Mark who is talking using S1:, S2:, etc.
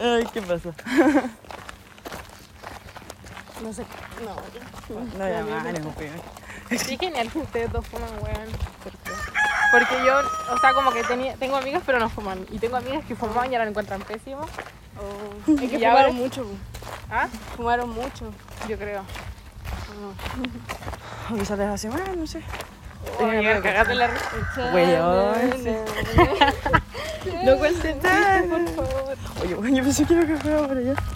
S1: Ay, ¿qué pasó?
S2: No sé. No.
S1: No llamaron, weón.
S2: Sí, genial que ustedes dos fuman, weón. Porque, porque yo, o sea, como que tenía, tengo amigas, pero no fuman. Y tengo amigas que fuman y ahora lo encuentran pésimo.
S3: Hay que
S2: Y
S3: fumar
S2: ahora-
S3: mucho.
S2: ¿Ah?
S3: Fumaron mucho.
S2: Yo creo.
S1: O quizás les hace mal, no sé.
S2: Tengo que
S1: miedo.
S2: cagate en la risa.
S1: Weón.
S3: No cuentes, por favor.
S1: Oye, weón, yo pensé que iba a café por allá.